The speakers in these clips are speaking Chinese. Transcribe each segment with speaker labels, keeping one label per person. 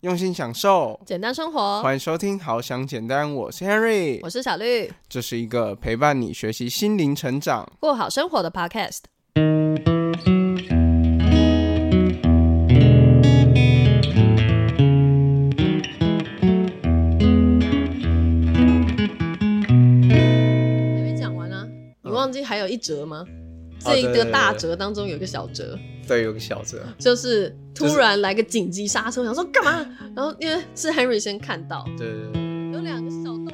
Speaker 1: 用心享受。
Speaker 2: 简单生活，
Speaker 1: 欢迎收听《好想简单》，我是 Henry，
Speaker 2: 哦我是小绿，
Speaker 1: 这是一个陪伴你学习心灵成长。
Speaker 2: 过好生活的 Podcast。还没讲完啊，
Speaker 1: 嗯
Speaker 2: 你忘记还有一折吗？
Speaker 1: 哦
Speaker 2: 这一
Speaker 1: 对对
Speaker 2: 个
Speaker 1: 对
Speaker 2: 大
Speaker 1: 对
Speaker 2: 折当中有一个小折，
Speaker 1: 对，有个小折，
Speaker 2: 就是
Speaker 1: 就
Speaker 2: 突
Speaker 1: 是
Speaker 2: 然来个紧急刹车，我想说干嘛？然后因为是 Henry 先看到，
Speaker 1: 对对对。
Speaker 2: 有两个小洞。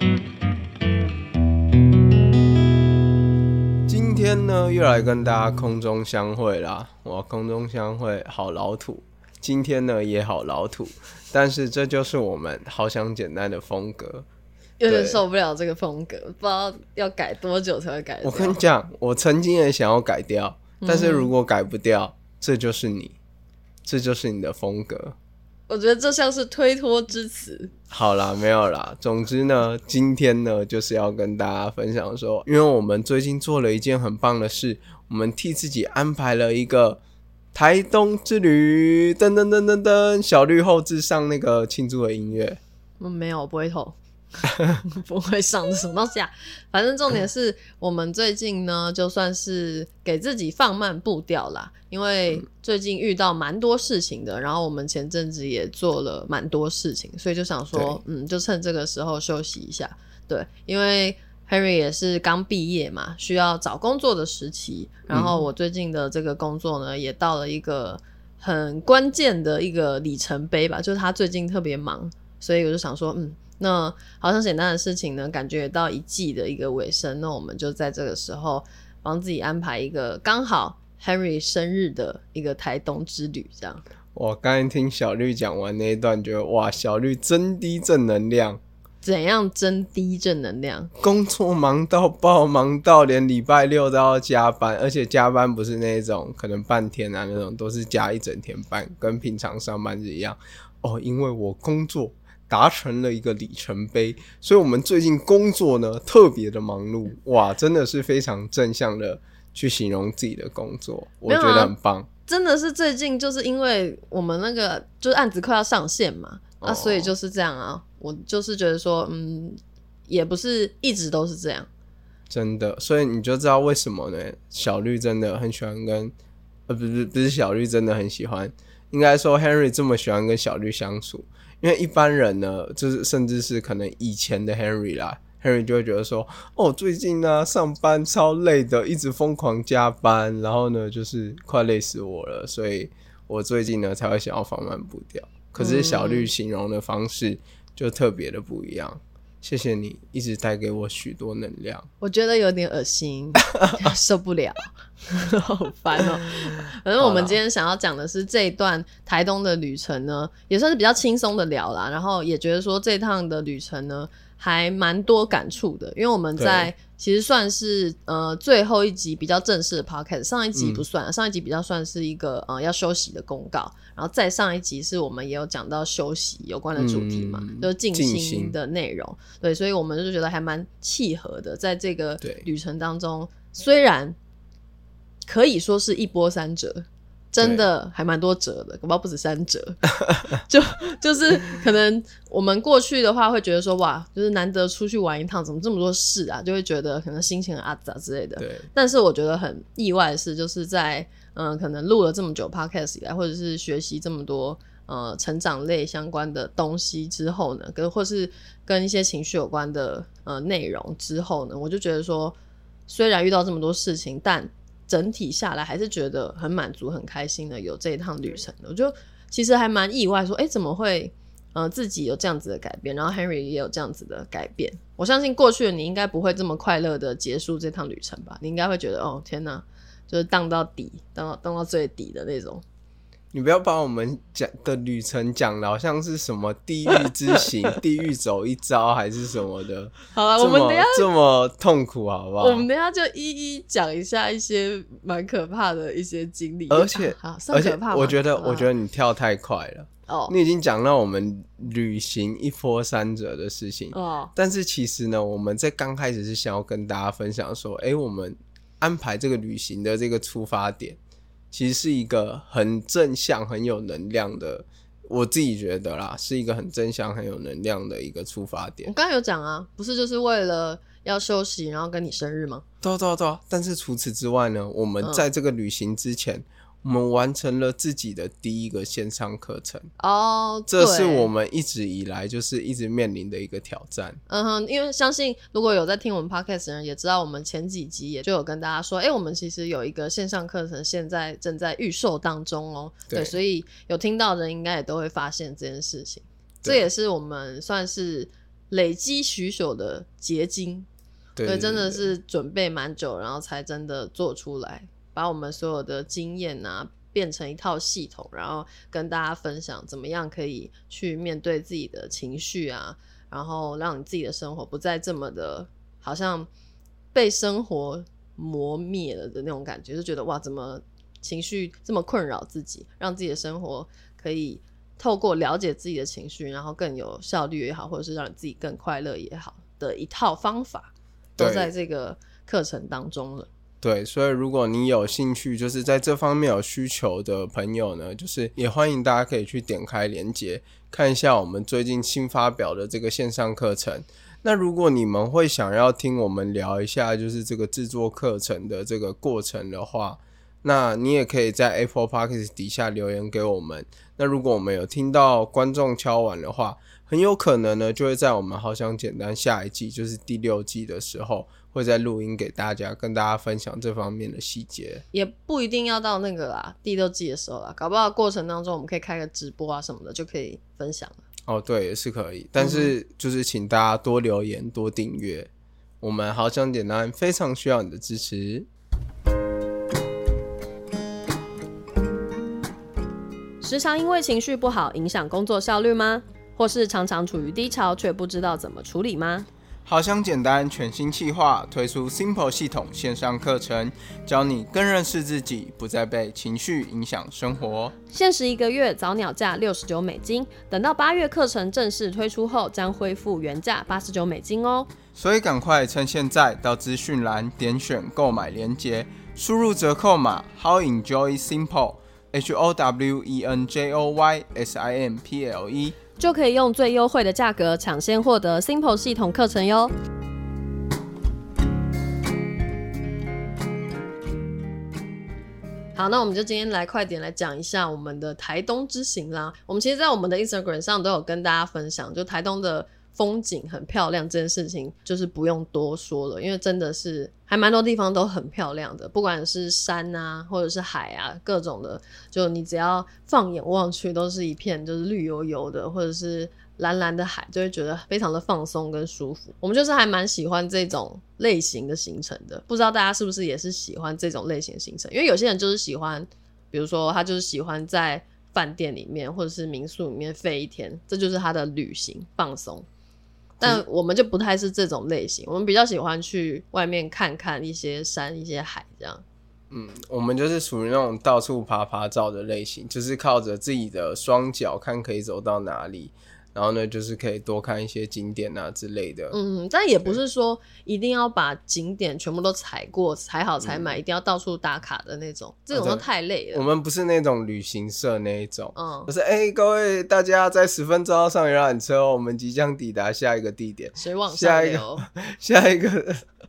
Speaker 1: 今天呢，又来跟大家空中相会啦！哇，空中相会好老土，今天呢也好老土，但是这就是我们好想简单的风格。
Speaker 2: 有点
Speaker 1: 对
Speaker 2: 受不了这个风格，不知道要改多久才会改
Speaker 1: 我
Speaker 2: 得
Speaker 1: 跟你
Speaker 2: 掉。
Speaker 1: 讲，我曾经也想要改掉，但是如果改不掉，这就是你，这就是你的风格。
Speaker 2: 我觉得这像是推脱之词，
Speaker 1: 好啦，没有啦。总之呢，今天呢就是要跟大家分享说，因为我们最近做了一件很棒的事，我们替自己安排了一个台东之旅。噔噔噔噔噔，小绿后置上那个庆祝的音乐。
Speaker 2: 嗯，没有，我不会 投，不会上这什么东西啊。反正重点是我们最近呢，就算是给自己放慢步调啦，因为最近遇到蛮多事情的，然后我们前阵子也做了蛮多事情，所以就想说，嗯，就趁这个时候休息一下。对，因为 Harry 也是刚毕业嘛，需要找工作的时期。然后我最近的这个工作呢，也到了一个很关键的一个里程碑吧，就是他最近特别忙，所以我就想说，嗯，那好像简单的事情呢，感觉也到一季的一个尾声，那我们就在这个时候帮自己安排一个刚好 Harry 生日的一个台东之旅，这样。
Speaker 1: 我刚才听小绿讲完那一段，觉得哇，小绿真低正能量，
Speaker 2: 怎样增低正能量？
Speaker 1: 工作忙到爆，忙到连礼拜六都要加班，而且加班不是那种可能半天啊那种，都是加一整天班，跟平常上班日一样。哦，因为我工作达成了一个里程碑，所以我们最近工作呢特别的忙碌，哇，真的是非常正向的去形容自己的工作，我
Speaker 2: 没有
Speaker 1: 觉
Speaker 2: 啊
Speaker 1: 得很棒。
Speaker 2: 真的是最近就是因为我们那个就是案子快要上线嘛，
Speaker 1: 哦
Speaker 2: 啊，所以就是这样啊。我就是觉得说，嗯，也不是一直都是这样。
Speaker 1: 真的，所以你就知道为什么呢？小绿真的很喜欢跟，呃，不是不是小绿真的很喜欢，应该说 Henry 这么喜欢跟小绿相处，因为一般人呢，就是甚至是可能以前的 Henry 啦，Henry 就会觉得说，哦，最近呢、上班超累的，一直疯狂加班，然后呢就是快累死我了，所以我最近呢才会想要放慢步调。可是小绿形容的方式就特别的不一样，谢谢你一直带给我许多能量。
Speaker 2: 我觉得有点 恶心，受不了， 好烦哦、反正我
Speaker 1: 好
Speaker 2: 们
Speaker 1: 啦
Speaker 2: 今天想要讲的是这一段台东的旅程呢，也算是比较轻松的聊啦。然后也觉得说这趟的旅程呢，还蛮多感触的，因为我们在其实算是呃最后一集比较正式的 podcast，上一
Speaker 1: 嗯
Speaker 2: 集不算，上一集比较算是一个呃要休息的公告，然后再上一集是我们也有讲到休息有关的主题嘛，
Speaker 1: 嗯
Speaker 2: 就是静
Speaker 1: 静
Speaker 2: 心
Speaker 1: 心
Speaker 2: 的内容。对，所以我们就觉得还蛮契合的，在这个
Speaker 1: 对
Speaker 2: 旅程当中，虽然可以说是一波三折，真的还蛮多折的，恐怕不止三折， 就就是可能我们过去的话会觉得说哇，就是难得出去玩一趟，怎么这么多事啊，就会觉得可能心情很阿杂之类的。
Speaker 1: 对，
Speaker 2: 但是我觉得很意外的是，就是在嗯、呃可能录了这么久 podcast 以来，或者是学习这么多呃成长类相关的东西之后呢，跟或是跟一些情绪有关的呃内容之后呢，我就觉得说，虽然遇到这么多事情，但整体下来还是觉得很满足、很开心的，有这一趟旅程的。我就其实还蛮意外说，哎，怎么会？呃，自己有这样子的改变，然后 Henry 也有这样子的改变。我相信过去的你应该不会这么快乐的结束这趟旅程吧？你应该会觉得，哦，天哪，就是荡到底，荡到荡到最底的那种。
Speaker 1: 你不要把我们讲的旅程讲的好像是什么地狱之 行、地狱走一遭还是什么的，
Speaker 2: 好了，我
Speaker 1: 这
Speaker 2: 们
Speaker 1: 么
Speaker 2: 等一下，
Speaker 1: 这么痛苦好不好
Speaker 2: 我？们等一下就一一讲一下一些蛮可怕的一些经历，
Speaker 1: 而且
Speaker 2: 啊好，算
Speaker 1: 而
Speaker 2: 可
Speaker 1: 且
Speaker 2: 怕吗
Speaker 1: 我觉得，
Speaker 2: 啊
Speaker 1: 我觉得你跳太快了，
Speaker 2: 哦
Speaker 1: 你已经讲到我们旅行一波三折的事情，
Speaker 2: 哦，
Speaker 1: 但是其实呢，我们在刚开始是想要跟大家分享说，诶，我们安排这个旅行的这个出发点，其实是一个很正向、很有能量的我自己觉得啦，是一个很正向、很有能量的一个出发点
Speaker 2: 我。刚刚有讲啊，不是就是为了要休息，然后跟你生日吗？
Speaker 1: 对啊对啊对啊，但是除此之外呢，我们
Speaker 2: 嗯
Speaker 1: 在这个旅行之前，我们完成了自己的第一个线上课程，
Speaker 2: 哦、对
Speaker 1: 这是我们一直以来就是一直面临的一个挑战。
Speaker 2: 嗯哼，因为相信如果有在听我们 podcast 的人，也知道我们前几集也就有跟大家说，哎、我们其实有一个线上课程，现在正在预售当中哦。
Speaker 1: 对
Speaker 2: 所以有听到的人应该也都会发现这件事情。这
Speaker 1: 对
Speaker 2: 也是我们算是累积许久的结晶，
Speaker 1: 对，
Speaker 2: 真
Speaker 1: 对对
Speaker 2: 的是准备蛮久，然后才真的做出来，把我们所有的经验啊变成一套系统，然后跟大家分享怎么样可以去面对自己的情绪啊，然后让你自己的生活不再这么的，好像被生活磨灭了的那种感觉，就觉得哇，怎么情绪这么困扰自己，让自己的生活可以。透过了解自己的情绪，然后更有效率也好，或者是让你自己更快乐也好的一套方法，都
Speaker 1: 对
Speaker 2: 在这个课程当中了。
Speaker 1: 对，所以如果你有兴趣，就是在这方面有需求的朋友呢，就是也欢迎大家可以去点开连接看一下我们最近新发表的这个线上课程。那如果你们会想要听我们聊一下，就是这个制作课程的这个过程的话，那你也可以在 Apple p o d c a s t 底下留言给我们。那如果我们有听到观众敲碗的话，很有可能呢，就会在我们《好想简单》下一季，就是第六季的时候，会在录音给大家，跟大家分享这方面的细节。
Speaker 2: 也不一定要到那个啦，第六季的时候啦，搞不好过程当中我们可以开个直播啊什么的，就可以分享了。
Speaker 1: 哦，对，也是可以，但是就是请大家多留言、多订阅，我们《好想简单》非常需要你的支持。
Speaker 2: 时常因为情绪不好影响工作效率吗？或是常常处于低潮却不知道怎么处理吗？
Speaker 1: 好想简单全新企划推出 Simple 系统线上课程，教你更认识自己，不再被情绪影响生活。
Speaker 2: 限时一个月早鸟价六十九美金，等到八月课程正式推出后，将恢复原价八十九美金哦。
Speaker 1: 所以赶快趁现在到资讯栏点选购买链接，输入折扣码 How Enjoy Simple H O W E N J O Y S I M P L E。
Speaker 2: 就可以用最优惠的价格抢先获得 Simple 系统课程哟。好，那我们就今天来快点来讲一下我们的台东之行啦。我们其实，在我们的 Instagram 上都有跟大家分享，就台东的风景很漂亮这件事情，就是不用多说了，因为真的是还蛮多地方都很漂亮的，不管是山啊，或者是海啊，各种的就你只要放眼望去，都是一片就是绿油油的，或者是蓝蓝的海，就会觉得非常的放松跟舒服。我们就是还蛮喜欢这种类型的行程的，不知道大家是不是也是喜欢这种类型的行程？因为有些人就是喜欢，比如说他就是喜欢在饭店里面或者是民宿里面废一天，这就是他的旅行放松。但我们就不太是这种类型，我们比较喜欢去外面看看一些山、一些海这样。
Speaker 1: 嗯，我们就是属于那种到处爬爬照的类型，就是靠着自己的双脚看可以走到哪里，然后呢，就是可以多看一些景点啊之类的。
Speaker 2: 嗯，但也不是说一定要把景点全部都踩过、踩好才买，一定要到处打卡的那种，这种
Speaker 1: 嗯啊
Speaker 2: 都
Speaker 1: 对
Speaker 2: 太累
Speaker 1: 我
Speaker 2: 了。
Speaker 1: 们不是那种旅行社那一种，
Speaker 2: 嗯
Speaker 1: 我，是哎、各位大家在十分钟上游览车哦，我们即将抵达下一个地点。
Speaker 2: 水往
Speaker 1: 下
Speaker 2: 上
Speaker 1: 一个
Speaker 2: 流，
Speaker 1: 下一个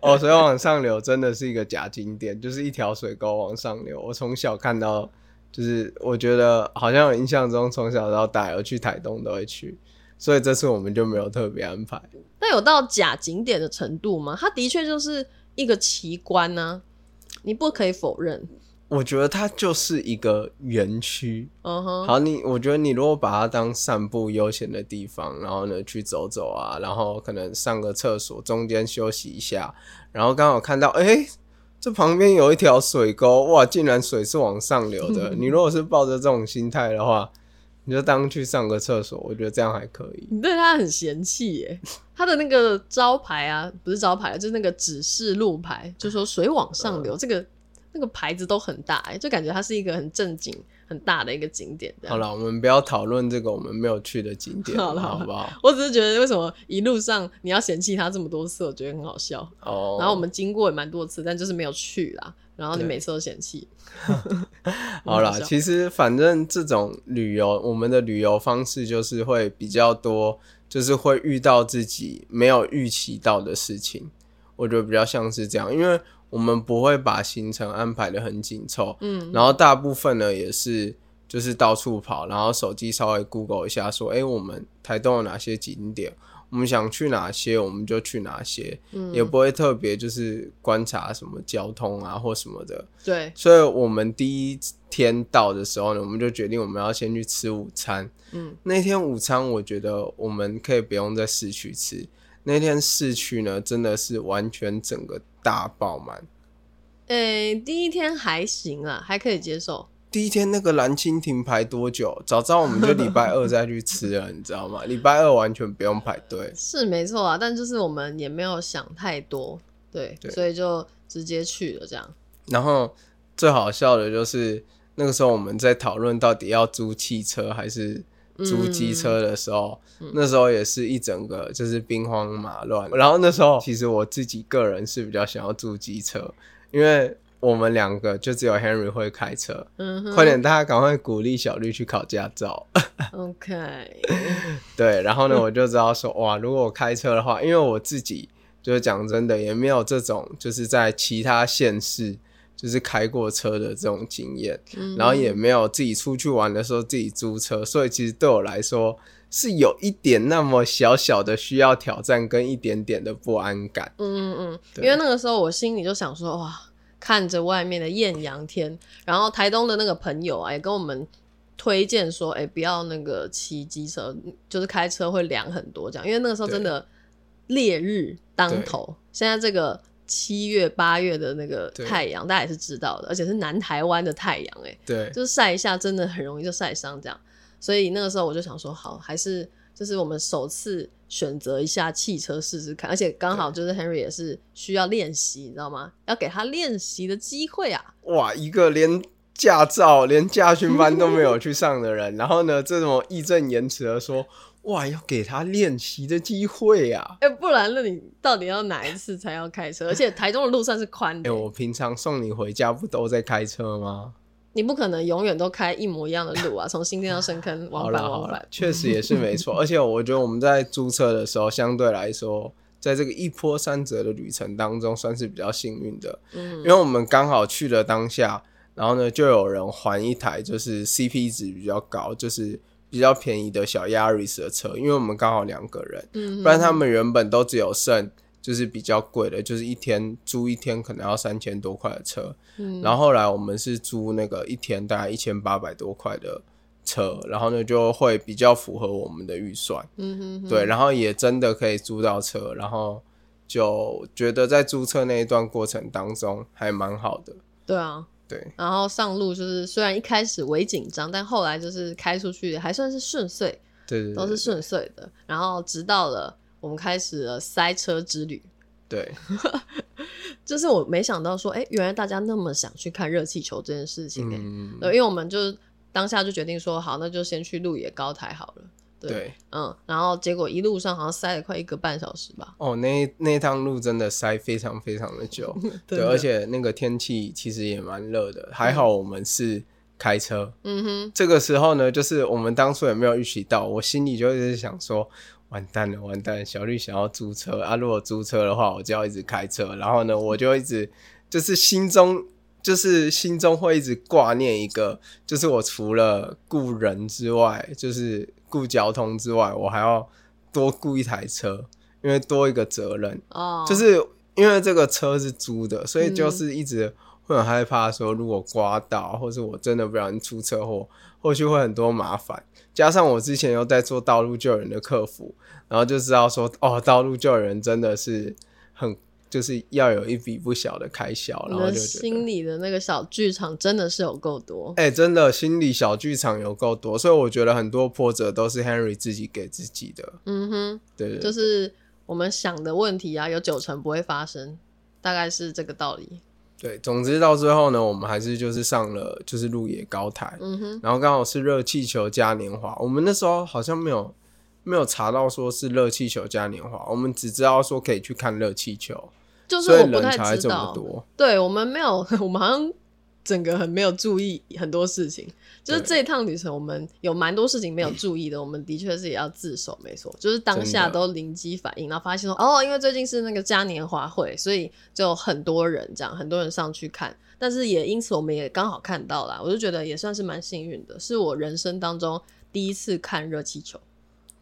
Speaker 1: 哦，水往上流真的是一个假经典，就是一条水沟往上流。我从小看到，就是我觉得好像我印象中从小到大有去台东都会去，所以这次我们就没有特别安排。
Speaker 2: 那有到假景点的程度吗？它的确就是一个奇观呢、你不可以否认。
Speaker 1: 我觉得它就是一个园区。
Speaker 2: 嗯哼，
Speaker 1: 好，你我觉得你如果把它当散步悠闲的地方，然后呢去走走啊，然后可能上个厕所，中间休息一下，然后刚好看到，哎、这旁边有一条水沟，哇，竟然水是往上流
Speaker 2: 嗯
Speaker 1: 的。你如果是抱着这种心态的话，你就当去上个厕所，我觉得这样还可以。
Speaker 2: 你对它很嫌弃耶。它的那个招牌啊，不是招牌，就是那个指示路
Speaker 1: 嗯
Speaker 2: 牌，就说“水往上流”，这个那个牌子都很大耶，就感觉它是一个很正经、很大的一个景点。这样
Speaker 1: 好，了，我们不要讨论这个我们没有去的景点，
Speaker 2: 啊好了
Speaker 1: 好
Speaker 2: 好了
Speaker 1: 不好？
Speaker 2: 我只是觉得为什么一路上你要嫌弃他这么多次，我觉得很好笑。
Speaker 1: 哦，
Speaker 2: 然后我们经过也蛮多次，但就是没有去啦。然后你
Speaker 1: 对
Speaker 2: 每次都嫌弃，
Speaker 1: 好啦
Speaker 2: 很好，笑
Speaker 1: 其实反正这种旅游，我们的旅游方式就是会比较多，就是会遇到自己没有预期到的事情。我觉得比较像是这样，因为我们不会把行程安排的很紧凑，
Speaker 2: 嗯，
Speaker 1: 然后大部分呢也是就是到处跑，然后手机稍微 Google 一下，说，哎、我们台东有哪些景点，我们想去哪些，我们就去哪些，
Speaker 2: 嗯
Speaker 1: 也不会特别就是观察什么交通啊或什么的。
Speaker 2: 对，
Speaker 1: 所以我们第一天到的时候呢，我们就决定我们要先去吃午餐。
Speaker 2: 嗯
Speaker 1: 那天午餐我觉得我们可以不用在市区吃，那天市区呢真的是完全整个大爆满。
Speaker 2: 诶、第一天还行啊，还可以接受。
Speaker 1: 第一天那个蓝蜻蜓排多久？早知道我们就礼拜二再去吃了，你知道吗？礼拜二完全不用排队。
Speaker 2: 是没错啊，但就是我们也没有想太多，对，
Speaker 1: 对
Speaker 2: 所以就直接去了这样。
Speaker 1: 然后最好笑的就是那个时候我们在讨论到底要租汽车还是租机车的时候，
Speaker 2: 嗯嗯
Speaker 1: 那时候也是一整个就是兵荒马乱。然后那时候其实我自己个人是比较想要租机车，因为我们两个就只有 Henry 会开车。
Speaker 2: 嗯哼，
Speaker 1: 快点，大家赶快鼓励小绿去考驾照。
Speaker 2: ，OK，
Speaker 1: 对，然后
Speaker 2: 嗯
Speaker 1: 呢，我就知道说，哇，如果我开车的话，因为我自己就是讲真的，也没有这种就是在其他县市就是开过车的这种经验，
Speaker 2: 嗯
Speaker 1: 然后也没有自己出去玩的时候自己租车，所以其实对我来说是有一点那么小小的需要挑战跟一点点的不安感。
Speaker 2: 嗯嗯嗯，
Speaker 1: 对
Speaker 2: 因为那个时候我心里就想说，哇，看着外面的艳阳天，然后台东的那个朋友啊，也跟我们推荐说，哎、不要那个骑机车，就是开车会凉很多这样，因为那个时候真的烈日当头，现在这个。七月八月的那个
Speaker 1: 对
Speaker 2: 太阳，大家也是知道的，而且是南台湾的太阳、哎，
Speaker 1: 对，
Speaker 2: 就是晒一下真的很容易就晒伤这样。所以那个时候我就想说，好，还是就是我们首次选择一下汽车试试看，而且刚好就是 Henry 也是需要练习，你知道吗？要给他练习的机会啊。
Speaker 1: 哇，一个连驾照、连驾训班都没有去上的人，然后呢，这种义正言辞的说，哇，要给他练习的机会啊！
Speaker 2: 哎、不然那你到底要哪一次才要开车？而且台中的路算是宽
Speaker 1: 哎、
Speaker 2: 的、
Speaker 1: 我平常送你回家不都在开车吗？
Speaker 2: 你不可能永远都开一模一样的路啊，从新店到深坑
Speaker 1: 好
Speaker 2: 往
Speaker 1: 啦
Speaker 2: 返
Speaker 1: 好
Speaker 2: 往
Speaker 1: 啦
Speaker 2: 返，。
Speaker 1: 确实也是没错。而且我觉得我们在租车的时候，相对来说，在这个一波三折的旅程当中，算是比较幸运的，
Speaker 2: 嗯
Speaker 1: 因为我们刚好去了当下，然后呢，就有人还一台就是 CP 值比较高，就是比较便宜的小 Yaris 的车，因为我们刚好两个人，
Speaker 2: 嗯，
Speaker 1: 不然他们原本都只有剩。就是比较贵的，就是一天租一天可能要三千多块的车，
Speaker 2: 嗯，
Speaker 1: 然后后来我们是租那个一天大概一千八百多块的车，然后呢就会比较符合我们的预算，
Speaker 2: 嗯哼哼
Speaker 1: 对，然后也真的可以租到车，然后就觉得在租车那一段过程当中还蛮好的，
Speaker 2: 对啊，
Speaker 1: 对
Speaker 2: 然后上路就是虽然一开始微紧张，但后来就是开出去还算是顺遂，
Speaker 1: 对对
Speaker 2: 都是顺遂的。然后直到了我们开始了塞车之旅，
Speaker 1: 对
Speaker 2: 就是我没想到说，哎、原来大家那么想去看热气球这件事情、诶
Speaker 1: 嗯
Speaker 2: 对，因为我们就当下就决定说，好，那就先去鹿野高台好了。对，
Speaker 1: 对
Speaker 2: 嗯，然后结果一路上好像塞了快一个半小时吧。
Speaker 1: 哦，那那趟路真的塞非常非常的久，对，
Speaker 2: 真的
Speaker 1: 而，且那个天气其实也蛮热的，还好我们是开车，
Speaker 2: 嗯哼，
Speaker 1: 这个时候呢，就是我们当初也没有预期到，我心里就一直想说，完蛋了，完蛋了，小绿想要租车啊，如果租车的话，我就要一直开车，然后呢，我就一直就是心中就是心中会一直挂念一个，就是我除了雇人之外，就是雇交通之外，我还要多雇一台车，因为多一个责任，
Speaker 2: 哦，
Speaker 1: 就是因为这个车是租的，所以
Speaker 2: 嗯
Speaker 1: 就是一直会很害怕说，如果刮到，或是我真的不小心出车祸，后续会很多麻烦。加上我之前又在做道路救援的客服，然后就知道说，哦，道路救援真的是很就是要有一笔不小的开销，然
Speaker 2: 你
Speaker 1: 后
Speaker 2: 的
Speaker 1: 就觉得
Speaker 2: 心。里的那个小剧场真的是有够多。
Speaker 1: 哎、真的，心理小剧场有够多，所以我觉得很多波折都是 Henry 自己给自己的。
Speaker 2: 嗯哼，
Speaker 1: 对对对
Speaker 2: 就是我们想的问题啊，有九成不会发生，大概是这个道理。
Speaker 1: 对，总之到最后呢，我们还是就是上了就是鹿野高台，
Speaker 2: 嗯哼，
Speaker 1: 然后刚好是热气球嘉年华，我们那时候好像没有没有查到说是热气球嘉年华，我们只知道说可以去看热气球，
Speaker 2: 就是
Speaker 1: 所以
Speaker 2: 我不
Speaker 1: 人才
Speaker 2: 太
Speaker 1: 会
Speaker 2: 知
Speaker 1: 这么
Speaker 2: 道，
Speaker 1: 多。
Speaker 2: 对我们没有， 我们好像整个很没有注意很多事情。就是
Speaker 1: 对
Speaker 2: 这一趟旅程，我们有蛮多事情没有注意的，我们的确是也要自首，没错。就是当下
Speaker 1: 真的
Speaker 2: 都灵机反应，然后发现说，哦，因为最近是那个嘉年华会，所以就很多人这样，很多人上去看。但是也因此，我们也刚好看到啦，我就觉得也算是蛮幸运的，是我人生当中第一次看热气球。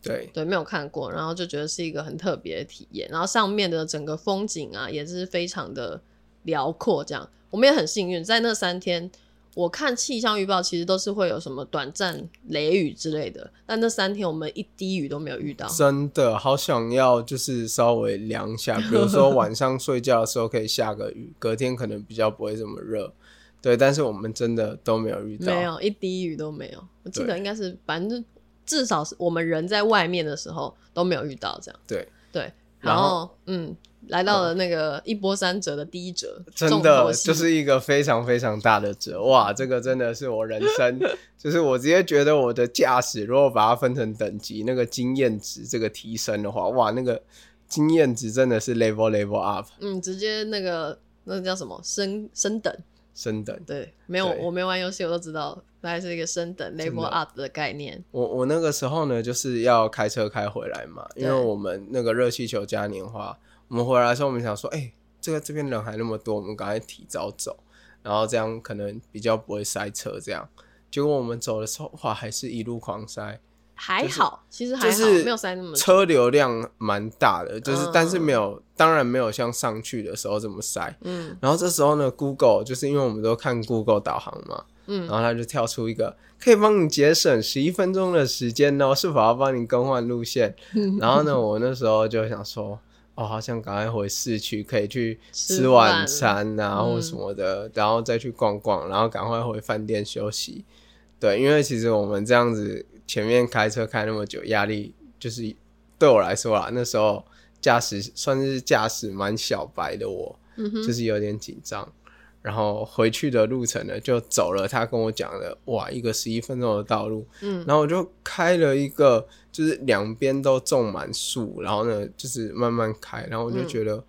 Speaker 1: 对，
Speaker 2: 对，没有看过，然后就觉得是一个很特别的体验。然后上面的整个风景啊，也是非常的辽阔。这样，我们也很幸运，在那三天，我看气象预报其实都是会有什么短暂雷雨之类的，但那三天我们一滴雨都没有遇到。
Speaker 1: 真的好想要就是稍微凉一下，比如说晚上睡觉的时候可以下个雨，隔天可能比较不会这么热。对，但是我们真的都没有遇到，
Speaker 2: 没有一滴雨都没有，我记
Speaker 1: 对
Speaker 2: 得应该是反正至少是我们人在外面的时候都没有遇到这样。
Speaker 1: 对
Speaker 2: 对，
Speaker 1: 然
Speaker 2: 然
Speaker 1: 后
Speaker 2: 后嗯，来到了那个一波三折的第一折，
Speaker 1: 真
Speaker 2: 重
Speaker 1: 的
Speaker 2: 头戏
Speaker 1: 就是一个非常非常大的折哇！这个真的是我人生，就是我直接觉得我的驾驶，如果把它分成等级，那个经验值这个提升的话，哇，那个经验值真的是 level level up
Speaker 2: 嗯，直接那个那个叫什么升升等，
Speaker 1: 升等。
Speaker 2: 对，没有
Speaker 1: 对
Speaker 2: 我没玩游戏我都知道，大概是一个升等
Speaker 1: 真
Speaker 2: level
Speaker 1: 的
Speaker 2: up 的概念。
Speaker 1: 我我那个时候呢，就是要开车开回来嘛，因为
Speaker 2: 对
Speaker 1: 我们那个热气球嘉年华，我们回来的时候，我们想说，哎、这个这边人还那么多，我们赶快提早走，然后这样可能比较不会塞车。这样，结果我们走的时候，哇，还是一路狂塞。
Speaker 2: 还
Speaker 1: 就是
Speaker 2: 好，其实还
Speaker 1: 就
Speaker 2: 好，
Speaker 1: 是
Speaker 2: 没有塞那么久。
Speaker 1: 车流量蛮大的，就是、
Speaker 2: 嗯
Speaker 1: 但是没有，当然没有像上去的时候这么塞。
Speaker 2: 嗯
Speaker 1: 然后这时候呢，Google 就是因为我们都看 Google 导航嘛，
Speaker 2: 嗯
Speaker 1: 然后它就跳出一个可以帮你节省十一分钟的时间哦，是否要帮你更换路线？ 然后呢，我那时候就想说，哦，好想赶快回市区，可以去吃
Speaker 2: 吃
Speaker 1: 晚
Speaker 2: 饭
Speaker 1: 餐啊，或
Speaker 2: 嗯
Speaker 1: 什么的，然后再去逛逛，然后赶快回饭店休息。对，因为其实我们这样子前面开车开那么久，压力就是对我来说啦，啊那时候驾驶算是驾驶蛮小白的我，
Speaker 2: 嗯哼，
Speaker 1: 就是有点紧张。然后回去的路程呢，就走了他跟我讲的，哇，一个十一分钟的道路，
Speaker 2: 嗯
Speaker 1: 然后我就开了一个，就是两边都种满树，然后呢，就是慢慢开，然后我
Speaker 2: 嗯
Speaker 1: 就觉得，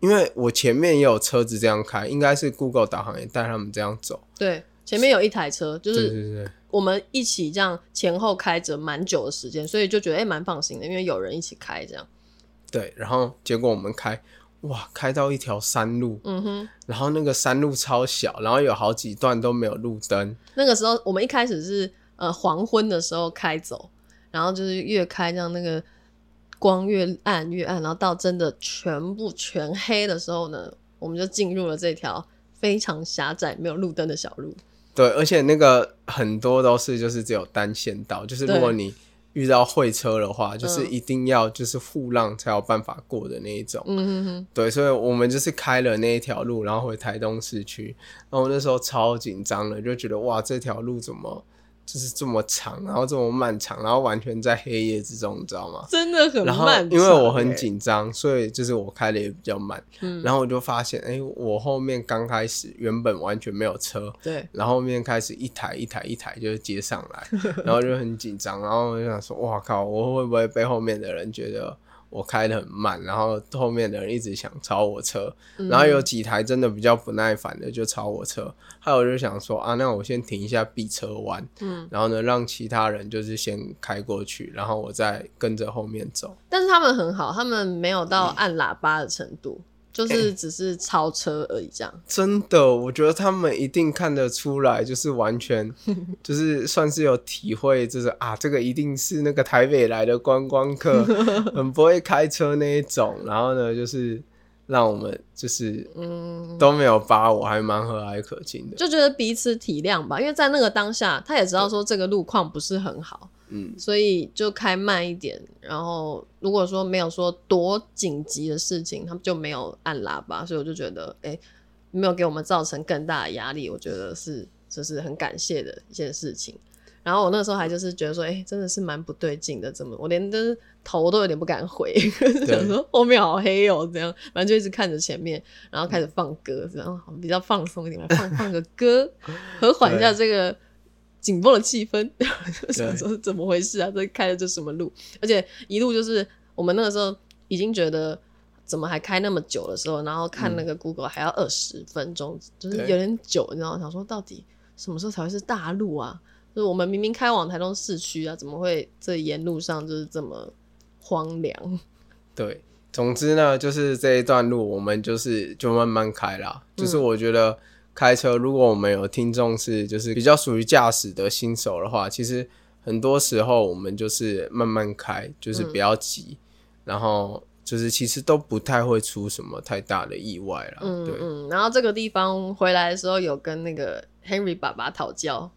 Speaker 1: 因为我前面也有车子这样开，应该是 Google 导航也带他们这样走，
Speaker 2: 对，前面有一台车，就
Speaker 1: 对
Speaker 2: 是
Speaker 1: 对对，
Speaker 2: 我们一起这样前后开着蛮久的时间，所以就觉得哎蛮、放心的，因为有人一起开这样。
Speaker 1: 对，然后结果我们开，哇，开到一条山路，
Speaker 2: 嗯哼，
Speaker 1: 然后那个山路超小，然后有好几段都没有路灯，
Speaker 2: 那个时候我们一开始是呃黄昏的时候开走，然后就是越开让那个光越暗越暗，然后到真的全部全黑的时候呢，我们就进入了这条非常狭窄、没有路灯的小路。
Speaker 1: 对，而且那个很多都是就是只有单线道，就是如
Speaker 2: 对嗯
Speaker 1: 果你遇到会车的话，就是一定要就是互让才有办法过的那一种。
Speaker 2: 嗯哼哼，
Speaker 1: 对，所以我们就是开了那一条路，然后回台东市区。然后我那时候超紧张的，就觉得哇，这条路怎么就是这么长，然后这么漫长，然后完全在黑夜之中，你知道吗？
Speaker 2: 真的很
Speaker 1: 然后
Speaker 2: 慢，
Speaker 1: 因为我很，紧张，所以就是我开的也比较慢。
Speaker 2: 嗯
Speaker 1: 然后我就发现，哎、我后面刚开始原本完全没有车，
Speaker 2: 对，
Speaker 1: 然后后面开始一台一台一台就是接上来， 然后就很紧张，然后我就想说，哇靠，我会不会被后面的人觉得我开的很慢，然后后面的人一直想超我车，
Speaker 2: 嗯
Speaker 1: 然后有几台真的比较不耐烦的就超我车，还有我就想说啊，那我先停一下避车弯，
Speaker 2: 嗯，
Speaker 1: 然后呢让其他人就是先开过去，然后我再跟着后面走。
Speaker 2: 但是他们很好，他们没有到按喇叭的程度，就是只是超车而已这样。
Speaker 1: 真的，我觉得他们一定看得出来，就是完全就是算是有体会，就是啊，这个一定是那个台北来的观光客，很不会开车那一种。然后呢，就是让我们就是
Speaker 2: 嗯，
Speaker 1: 都没有扒我，还蛮和蔼可亲的。
Speaker 2: 就觉得彼此体谅吧，因为在那个当下，他也知道说这个路况不是很好，
Speaker 1: 嗯，
Speaker 2: 所以就开慢一点。然后如果说没有说多紧急的事情，他们就没有按喇叭，所以我就觉得，哎、没有给我们造成更大的压力，我觉得是这是很感谢的一件事情。然后我那时候还就是觉得说，哎、真的是蛮不对劲的，怎么我连就是头都有点不敢回， 想说后面好黑哦，这样，反正就一直看着前面，然后开始放歌，然后比较放松一点，来放放个歌，和缓一下这个紧绷的气氛。 就想说怎么回事啊？这开的这什么路？而且一路就是我们那个时候已经觉得怎么还开那么久的时候，然后看那个 Google 还要二十分钟，就是
Speaker 1: 对
Speaker 2: 有点久，你知道吗？想说到底什么时候才会是大路啊？就是我们明明开往台东市区啊，怎么会这沿路上就是这么荒凉？
Speaker 1: 对，总之呢，就是这一段路我们就是就慢慢开啦。就是
Speaker 2: 嗯
Speaker 1: 我觉得开车，如果我们有听众是就是比较属于驾驶的新手的话，其实很多时候我们就是慢慢开，就是
Speaker 2: 嗯
Speaker 1: 不要急，然后就是其实都不太会出什么太大的意外啦。
Speaker 2: 嗯
Speaker 1: 啊对，
Speaker 2: 嗯，然后这个地方回来的时候有跟那个 Henry 爸爸讨教，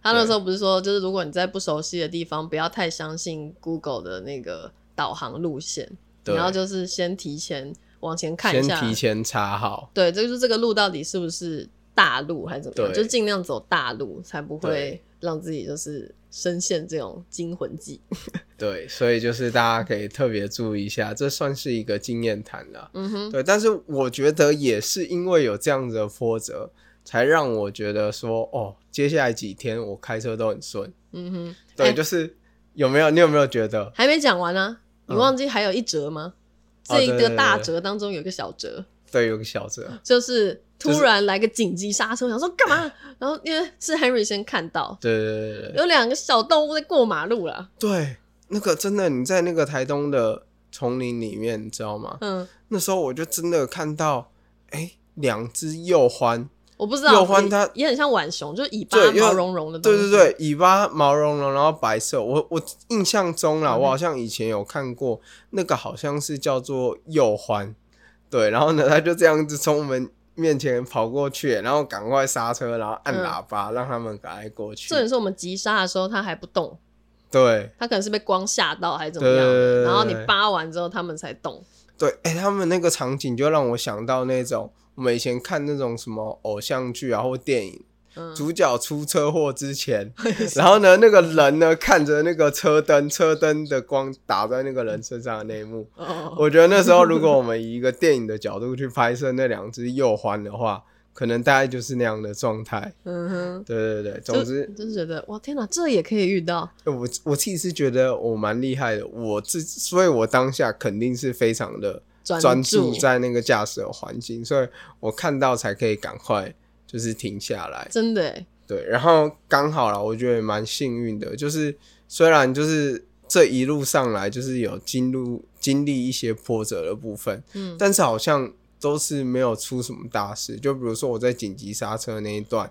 Speaker 2: 他那时候不是说，就是如果你在不熟悉的地方，不要太相信 Google 的那个导航路线，
Speaker 1: 对，
Speaker 2: 嗯然后就是先提前往前看一
Speaker 1: 先
Speaker 2: 下，
Speaker 1: 提前查好。
Speaker 2: 对，这就是这个路到底是不是大路还是怎么样，
Speaker 1: 对
Speaker 2: 就尽量走大路，才不会
Speaker 1: 对
Speaker 2: 让自己就是深陷这种惊魂记。
Speaker 1: 对，所以就是大家可以特别注意一下，这算是一个经验谈啦。
Speaker 2: 嗯哼，
Speaker 1: 对，但是我觉得也是因为有这样子的波折，才让我觉得说，哦，接下来几天我开车都很顺。
Speaker 2: 嗯哼，
Speaker 1: 对，
Speaker 2: 哎
Speaker 1: 就是有没有你有没有觉得？
Speaker 2: 还没讲完呢、你
Speaker 1: 嗯
Speaker 2: 忘记还有一折吗？
Speaker 1: 哦
Speaker 2: 这一
Speaker 1: 对对
Speaker 2: 个
Speaker 1: 对
Speaker 2: 大
Speaker 1: 对
Speaker 2: 折当中有一个小折。
Speaker 1: 对，有个小折，
Speaker 2: 就是
Speaker 1: 就
Speaker 2: 突
Speaker 1: 是
Speaker 2: 然来个紧急刹车，我想说干嘛？然后因为是 Henry 先看到
Speaker 1: 对对对对对
Speaker 2: 有两个小动物在过马路啦，
Speaker 1: 对，那个真的你在那个台东的丛林里面，你知道吗？
Speaker 2: 嗯，
Speaker 1: 那时候我就真的看到，哎，两只鼬獾，
Speaker 2: 我不知道，
Speaker 1: 有欢
Speaker 2: 也
Speaker 1: 它
Speaker 2: 也很像浣熊，就是尾巴
Speaker 1: 对因为
Speaker 2: 毛茸茸的东
Speaker 1: 对
Speaker 2: 西，
Speaker 1: 对对，尾巴毛茸茸，然后白色。我我印象中啦，
Speaker 2: 嗯
Speaker 1: 我好像以前有看过那个，好像是叫做鼬獾。对，然后呢，他就这样子从我们面前跑过去，然后赶快刹车，然后按
Speaker 2: 嗯
Speaker 1: 喇叭，让他们赶快过去
Speaker 2: 重。点是我们急刹的时候它还不动，
Speaker 1: 对
Speaker 2: 它可能是被光吓到还是怎么样
Speaker 1: 对对对
Speaker 2: 的，
Speaker 1: 对
Speaker 2: 然后你
Speaker 1: 对
Speaker 2: 扒完之后它们才动，
Speaker 1: 对，哎、他们那个场景就让我想到那种我们以前看那种什么偶像剧啊或电影，
Speaker 2: 嗯，哎
Speaker 1: 主角出车祸之 前，然后呢，那个人呢看着那个车灯，车灯的光打在那个人身上的那一幕，
Speaker 2: 哦，
Speaker 1: 我觉得那时候如果我们以一个电影的角度去拍摄那两只鼬獾的话，可能大概就是那样的状态。
Speaker 2: 嗯哼，
Speaker 1: 对对对，
Speaker 2: 就
Speaker 1: 总之呃
Speaker 2: 就是觉得哇天哪，这也可以遇到，
Speaker 1: 我我自己是觉得我蛮厉害的，我自所以，我当下肯定是非常的
Speaker 2: 专
Speaker 1: 专
Speaker 2: 注
Speaker 1: 注在那个驾驶的环境，所以我看到才可以赶快就是停下来。
Speaker 2: 真的欸，
Speaker 1: 对，然后刚好啦，我觉得也蛮幸运的，就是虽然就是这一路上来就是有经路经历一些波折的部分，
Speaker 2: 嗯
Speaker 1: 但是好像都是没有出什么大事。就比如说我在紧急刹车那一段，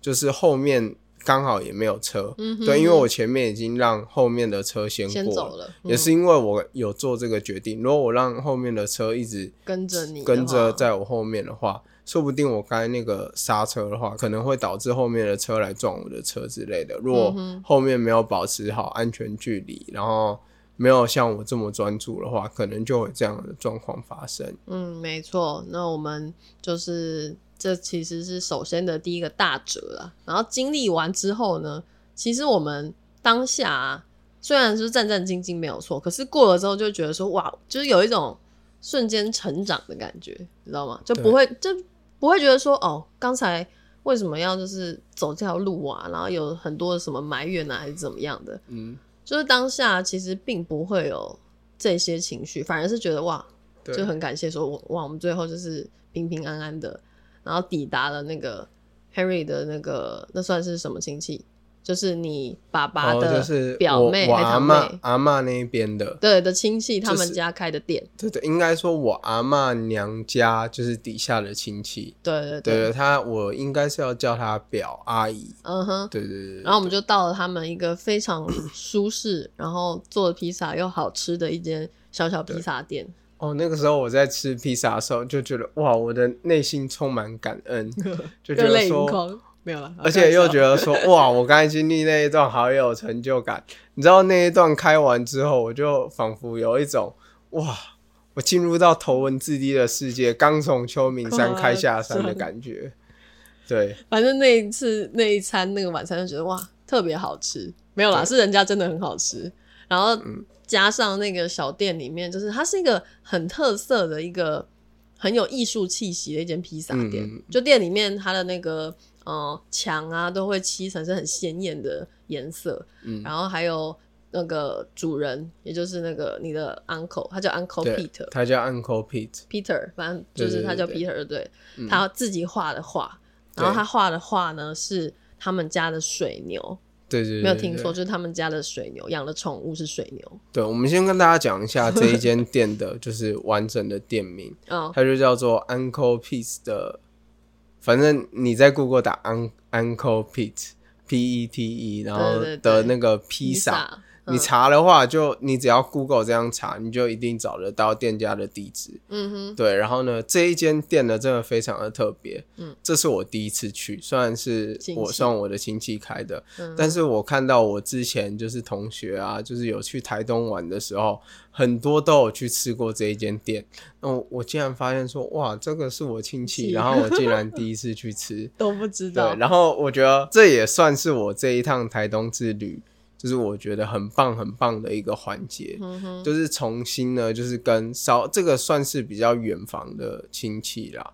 Speaker 1: 就是后面刚好也没有车，
Speaker 2: 嗯哼
Speaker 1: 对，因为
Speaker 2: 哼
Speaker 1: 我前面已经让后面的车先过
Speaker 2: 先走
Speaker 1: 了。
Speaker 2: 了，
Speaker 1: 也
Speaker 2: 嗯
Speaker 1: 是因为我有做这个决定，如果我让后面的车一直
Speaker 2: 跟着你的
Speaker 1: 跟着
Speaker 2: 话
Speaker 1: 在我后面的话，说不定我刚才那个刹车的话，可能会导致后面的车来撞我的车之类的。如果
Speaker 2: 嗯哼
Speaker 1: 后面没有保持好安全距离，然后没有像我这么专注的话，可能就会有这样的状况发生。
Speaker 2: 嗯，没错。那我们就是这其实是首先的第一个大折了。然后经历完之后呢，其实我们当下、啊、虽然是战战兢兢没有错，可是过了之后就觉得说哇，就是有一种瞬间成长的感觉，你知道吗？就不
Speaker 1: 对
Speaker 2: 会就不会觉得说哦，刚才为什么要就是走这条路啊？然后有很多什么埋怨啊，还是怎么样的？
Speaker 1: 嗯，
Speaker 2: 就是当下其实并不会有这些情绪，反而是觉得哇，
Speaker 1: 对，
Speaker 2: 就很感谢说我哇，我们最后就是平平安安的，然后抵达了那个 Harry 的那个那算是什么亲戚？就是你爸爸
Speaker 1: 哦，
Speaker 2: 的
Speaker 1: 就是
Speaker 2: 表妹
Speaker 1: 我我
Speaker 2: 还
Speaker 1: 阿
Speaker 2: 堂妹，
Speaker 1: 嬷阿嬷那一边的，
Speaker 2: 对的亲戚，他
Speaker 1: 就
Speaker 2: 们
Speaker 1: 是
Speaker 2: 家开的店，
Speaker 1: 对对，应该说我阿嬷娘家就是底下的亲戚。
Speaker 2: 对对
Speaker 1: 对
Speaker 2: 对，
Speaker 1: 对，她我应该是要叫她表阿姨。
Speaker 2: 嗯哼。
Speaker 1: 对对对对，
Speaker 2: 然后我们就到了他们一个非常舒适，然后做的披萨又好吃的一间小小披萨店。
Speaker 1: 哦，那个时候我在吃披萨的时候，就觉得哇，我的内心充满感 恩，就觉
Speaker 2: 热
Speaker 1: 得
Speaker 2: 泪盈
Speaker 1: 说，
Speaker 2: 眶，没有了。
Speaker 1: 而且又觉得
Speaker 2: 得
Speaker 1: 说，哇，我刚才经历那一段好有成就感。你知道那一段开完之后，我就仿佛有一种哇，我进入到头文字 D 的世界，刚从秋名山开下山的感觉。对
Speaker 2: 反正那一次那一餐那个晚餐就觉得哇，特别好吃，没有啦，
Speaker 1: 对嗯
Speaker 2: 是人家真的很好吃。然后加上那个小店里面，就是它是一个很特色的一个很有艺术气息的一间披萨店。
Speaker 1: 嗯
Speaker 2: 就店里面它的那个呃墙啊，都会漆成是很鲜艳的颜色，
Speaker 1: 嗯
Speaker 2: 然后还有那个主人，也就是那个你的 uncle，他叫 uncle
Speaker 1: 对
Speaker 2: Peter。
Speaker 1: 他叫 Uncle Pete，
Speaker 2: Peter，反正就是他叫
Speaker 1: 对对
Speaker 2: Peter，对，
Speaker 1: 嗯
Speaker 2: 他自己画的画，
Speaker 1: 对
Speaker 2: 然后他画的画呢是他们家的水牛，
Speaker 1: 对对对，
Speaker 2: 没有听错，
Speaker 1: 对。
Speaker 2: 就是他们家的水牛，养的宠物是水牛，
Speaker 1: 对，我们先跟大家讲一下这一间店的，就是完整的店名，
Speaker 2: 嗯，
Speaker 1: 它就叫做 Uncle Pete 的，反正你在 Google 打 Un Uncle Pete P E T E，然后
Speaker 2: 对对对
Speaker 1: 的那个披萨。，
Speaker 2: 嗯
Speaker 1: 你查的话就，你只要 Google 这样查，你就一定找得到店家的地址。
Speaker 2: 嗯哼，
Speaker 1: 对，然后呢，这一间店呢，真的非常的特别。
Speaker 2: 嗯，
Speaker 1: 这是我第一次去，虽然是
Speaker 2: 亲戚
Speaker 1: 我算我的亲戚开的，
Speaker 2: 嗯
Speaker 1: 但是我看到我之前就是同学啊，就是有去台东玩的时候，很多都有去吃过这一间店。那我我竟然发现说，哇，这个是我亲
Speaker 2: 亲
Speaker 1: 戚，
Speaker 2: 戚
Speaker 1: 然后我竟然第一次去吃。
Speaker 2: 都不知道
Speaker 1: 对，，然后我觉得这也算是我这一趟台东之旅，就是我觉得很棒很棒的一个环节，
Speaker 2: 嗯哼，
Speaker 1: 就是重新呢，就是跟稍这个算是比较远房的亲戚啦，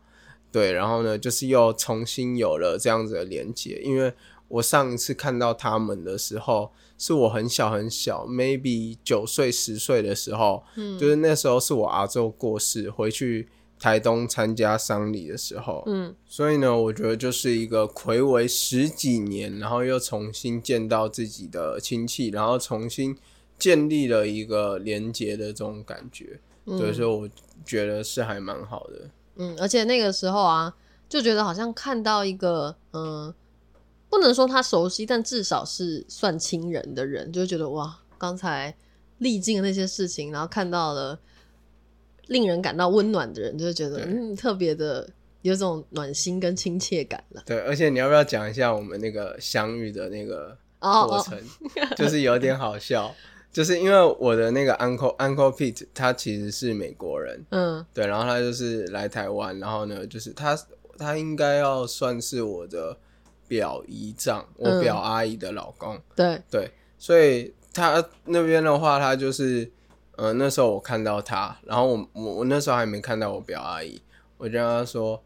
Speaker 1: 对，然后呢，就是又重新有了这样子的连接，因为我上一次看到他们的时候，是我很小很小，maybe 九岁十岁的时候，
Speaker 2: 嗯
Speaker 1: 就是那时候是我阿周过世，回去台东参加丧礼的时候，
Speaker 2: 嗯
Speaker 1: 所以呢，我觉得就是一个暌违十几年，然后又重新见到自己的亲戚，然后重新建立了一个连结的这种感觉，
Speaker 2: 嗯
Speaker 1: 所以说我觉得是还蛮好的。
Speaker 2: 嗯，而且那个时候啊，就觉得好像看到一个嗯、不能说他熟悉，但至少是算亲人的人，就会觉得哇，刚才历尽的那些事情，然后看到了令人感到温暖的人，就会觉得
Speaker 1: 对
Speaker 2: 嗯，特别的有种暖心跟亲切感了。
Speaker 1: 对，而且你要不要讲一下我们那个相遇的那个过
Speaker 2: 哦
Speaker 1: 程， 就是有点好笑，就是因为我的那个 uncle uncle Pete 他其实是美国人，
Speaker 2: 哦，
Speaker 1: 对，然后他就是来台湾，然后呢，就是他他应该要算是我的表姨丈，我
Speaker 2: 嗯
Speaker 1: 表阿姨的老公，
Speaker 2: 嗯，对，
Speaker 1: 对，所以他那边的话，他就是，呃，那时候我看到他，然后我我我那时候还没看到我表阿姨，我就跟他说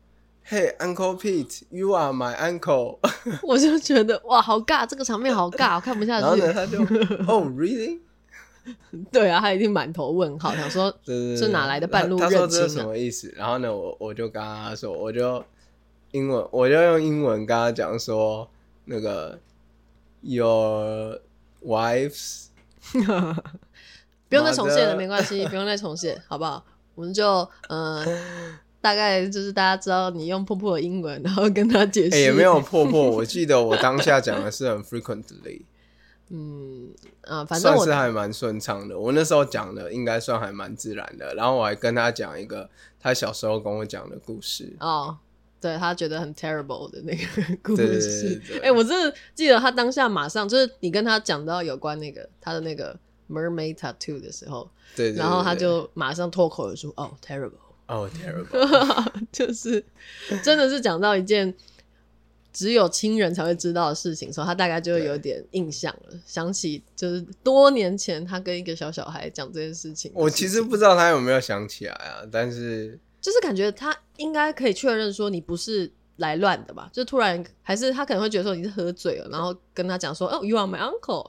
Speaker 1: ，Hey Uncle Pete，you are my uncle，
Speaker 2: 我就觉得哇，好尬，这个场面好尬，我看不下
Speaker 1: 然后呢，
Speaker 2: 去。
Speaker 1: 他就，Oh really？
Speaker 2: 对啊，他一定满头问号，想说
Speaker 1: 对对对，
Speaker 2: 这哪来的半路
Speaker 1: 他他说
Speaker 2: 认
Speaker 1: 这是
Speaker 2: 亲啊
Speaker 1: 什么意思？然后呢，我我就跟他说，我就英文，我就用英文跟他讲说，那个 your wives，
Speaker 2: 不用再重现
Speaker 1: 妈
Speaker 2: 了，
Speaker 1: 的
Speaker 2: 没关系，不用再重现，好不好？我们就呃，大概就是大家知道你用破破的英文，然后跟他解释、
Speaker 1: 哎、也没有，破破，我记得我当下讲的是很 frequently，
Speaker 2: 嗯啊、 反正
Speaker 1: 算
Speaker 2: 我
Speaker 1: 是还蛮顺畅的。我那时候讲的应该算还蛮自然的，然后我还跟他讲一个他小时候跟我讲的故事。
Speaker 2: 哦，对他觉得很 terrible 的那个故
Speaker 1: 对对
Speaker 2: 事
Speaker 1: 对，对
Speaker 2: 哎、我真的记得他当下马上就是你跟他讲到有关那个他的那个 mermaid tattoo 的时候，
Speaker 1: 对对对，
Speaker 2: 然后他
Speaker 1: 对
Speaker 2: 就马上脱口而出哦 terrible。
Speaker 1: 哦、terrible，
Speaker 2: 就是真的是讲到一件只有亲人才会知道的事情的时候，他大概就会有点印象了，想起就是多年前他跟一个小小孩讲这件事情的事情。
Speaker 1: 我其实不知道他有没有想起来啊，但是
Speaker 2: 就是感觉他应该可以确认说你不是来乱的吧？就突然还是他可能会觉得说你是喝醉了，然后跟他讲说哦，you are my uncle，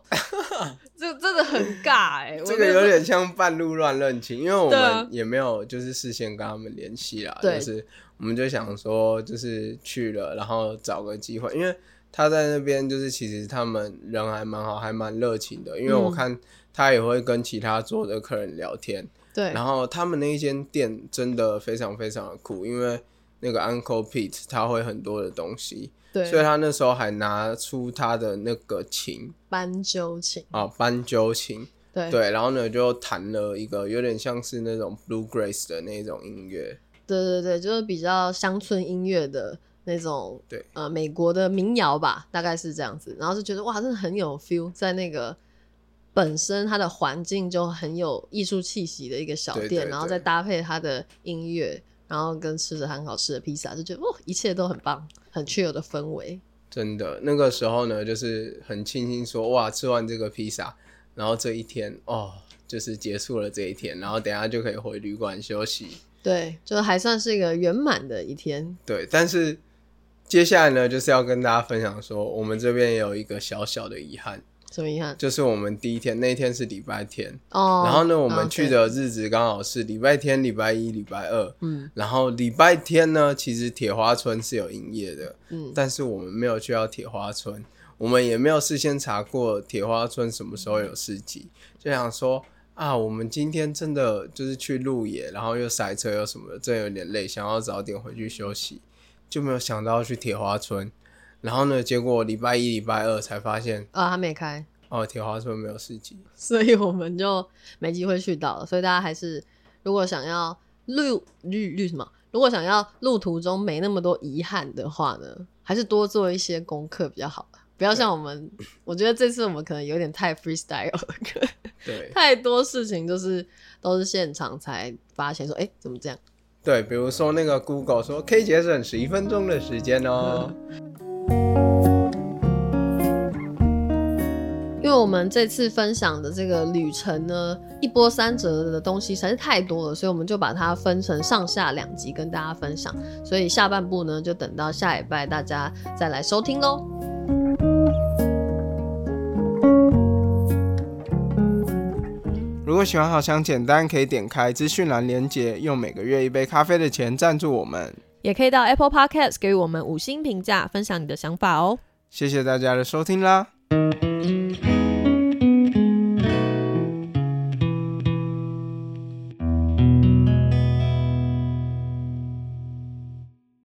Speaker 2: 这真的很尬哎、我
Speaker 1: 这个
Speaker 2: 那时候
Speaker 1: 有点像半路乱认亲，因为我
Speaker 2: 对啊
Speaker 1: 们也没有就是事先跟他们联系啦，
Speaker 2: 对
Speaker 1: 就是我们就想说就是去了，然后找个机会，因为他在那边就是其实他们人还蛮好，还蛮热情的，因为
Speaker 2: 嗯
Speaker 1: 我看他也会跟其他桌的客人聊天，
Speaker 2: 对
Speaker 1: 然后他们那一间店真的非常非常的酷，因为那个 Uncle Pete 他会很多的东西，所以
Speaker 2: 对
Speaker 1: 他那时候还拿出他的那个琴
Speaker 2: 斑鸠琴，
Speaker 1: 啊斑鸠琴。
Speaker 2: 对对
Speaker 1: 对，然后呢就弹了一个有点像是那种 bluegrass 的那种音乐，
Speaker 2: 对对，就是比较乡村音乐的那种
Speaker 1: 对
Speaker 2: 呃美国的民谣吧，大概是这样子。然后就觉得哇，真的很有 feel，在那个本身它的环境就很有艺术气息的一个小
Speaker 1: 对
Speaker 2: 店，
Speaker 1: 对
Speaker 2: 然后
Speaker 1: 对
Speaker 2: 再搭配它的音乐，然后跟吃着很好吃的披萨，就觉得哦，一切都很棒，很 chill 的氛围。
Speaker 1: 真的，那个时候呢，就是很庆幸说，哇，吃完这个披萨，然后这一天哦，就是结束了这一天，然后等一下就可以回旅馆休息。
Speaker 2: 对，就还算是一个圆满的一天。
Speaker 1: 对，但是接下来呢，就是要跟大家分享说，我们这边也有一个小小的遗憾，
Speaker 2: 什么遗憾？
Speaker 1: 就是我们第一天那一天是礼拜天，
Speaker 2: 哦，
Speaker 1: 然后呢，
Speaker 2: 啊
Speaker 1: 我们去，
Speaker 2: 对
Speaker 1: 的日子刚好是礼拜天、礼拜一、礼拜二。
Speaker 2: 嗯
Speaker 1: 然后礼拜天呢，其实铁花村是有营业的，
Speaker 2: 嗯，
Speaker 1: 但是我们没有去到铁花村，我们也没有事先查过铁花村什么时候有市集，就想说啊，我们今天真的就是去路野，然后又塞车又什么的，真的有点累，想要早点回去休息，就没有想到要去铁花村。然后呢，结果礼拜一、礼拜二才发现，
Speaker 2: 啊，还没开，
Speaker 1: 哦，铁花村没有市集。
Speaker 2: 所以我们就没机会去到了。所以大家还是，如果想要路绿绿什么，如果想要路途中没那么多遗憾的话呢，还是多做一些功课比较好吧。不要像我们，我觉得这次我们可能有点太 freestyle 了，
Speaker 1: 对
Speaker 2: 太多事情就是都是现场才发现说，哎、怎么这样？
Speaker 1: 对，比如说那个 Google 说可以节省十一分钟的时间哦。
Speaker 2: 因为我们这次分享的这个旅程呢，一波三折的东西实在是太多了，所以我们就把它分成上下两集跟大家分享。所以下半部呢，就等到下礼拜大家再来收听喽。
Speaker 1: 如果喜欢好想简单，可以点开资讯栏连接，用每个月一杯咖啡的钱赞助我们。
Speaker 2: 也可以到 Apple Podcast 给我们五星评价，分享你的想法哦。
Speaker 1: 谢谢大家的收听啦。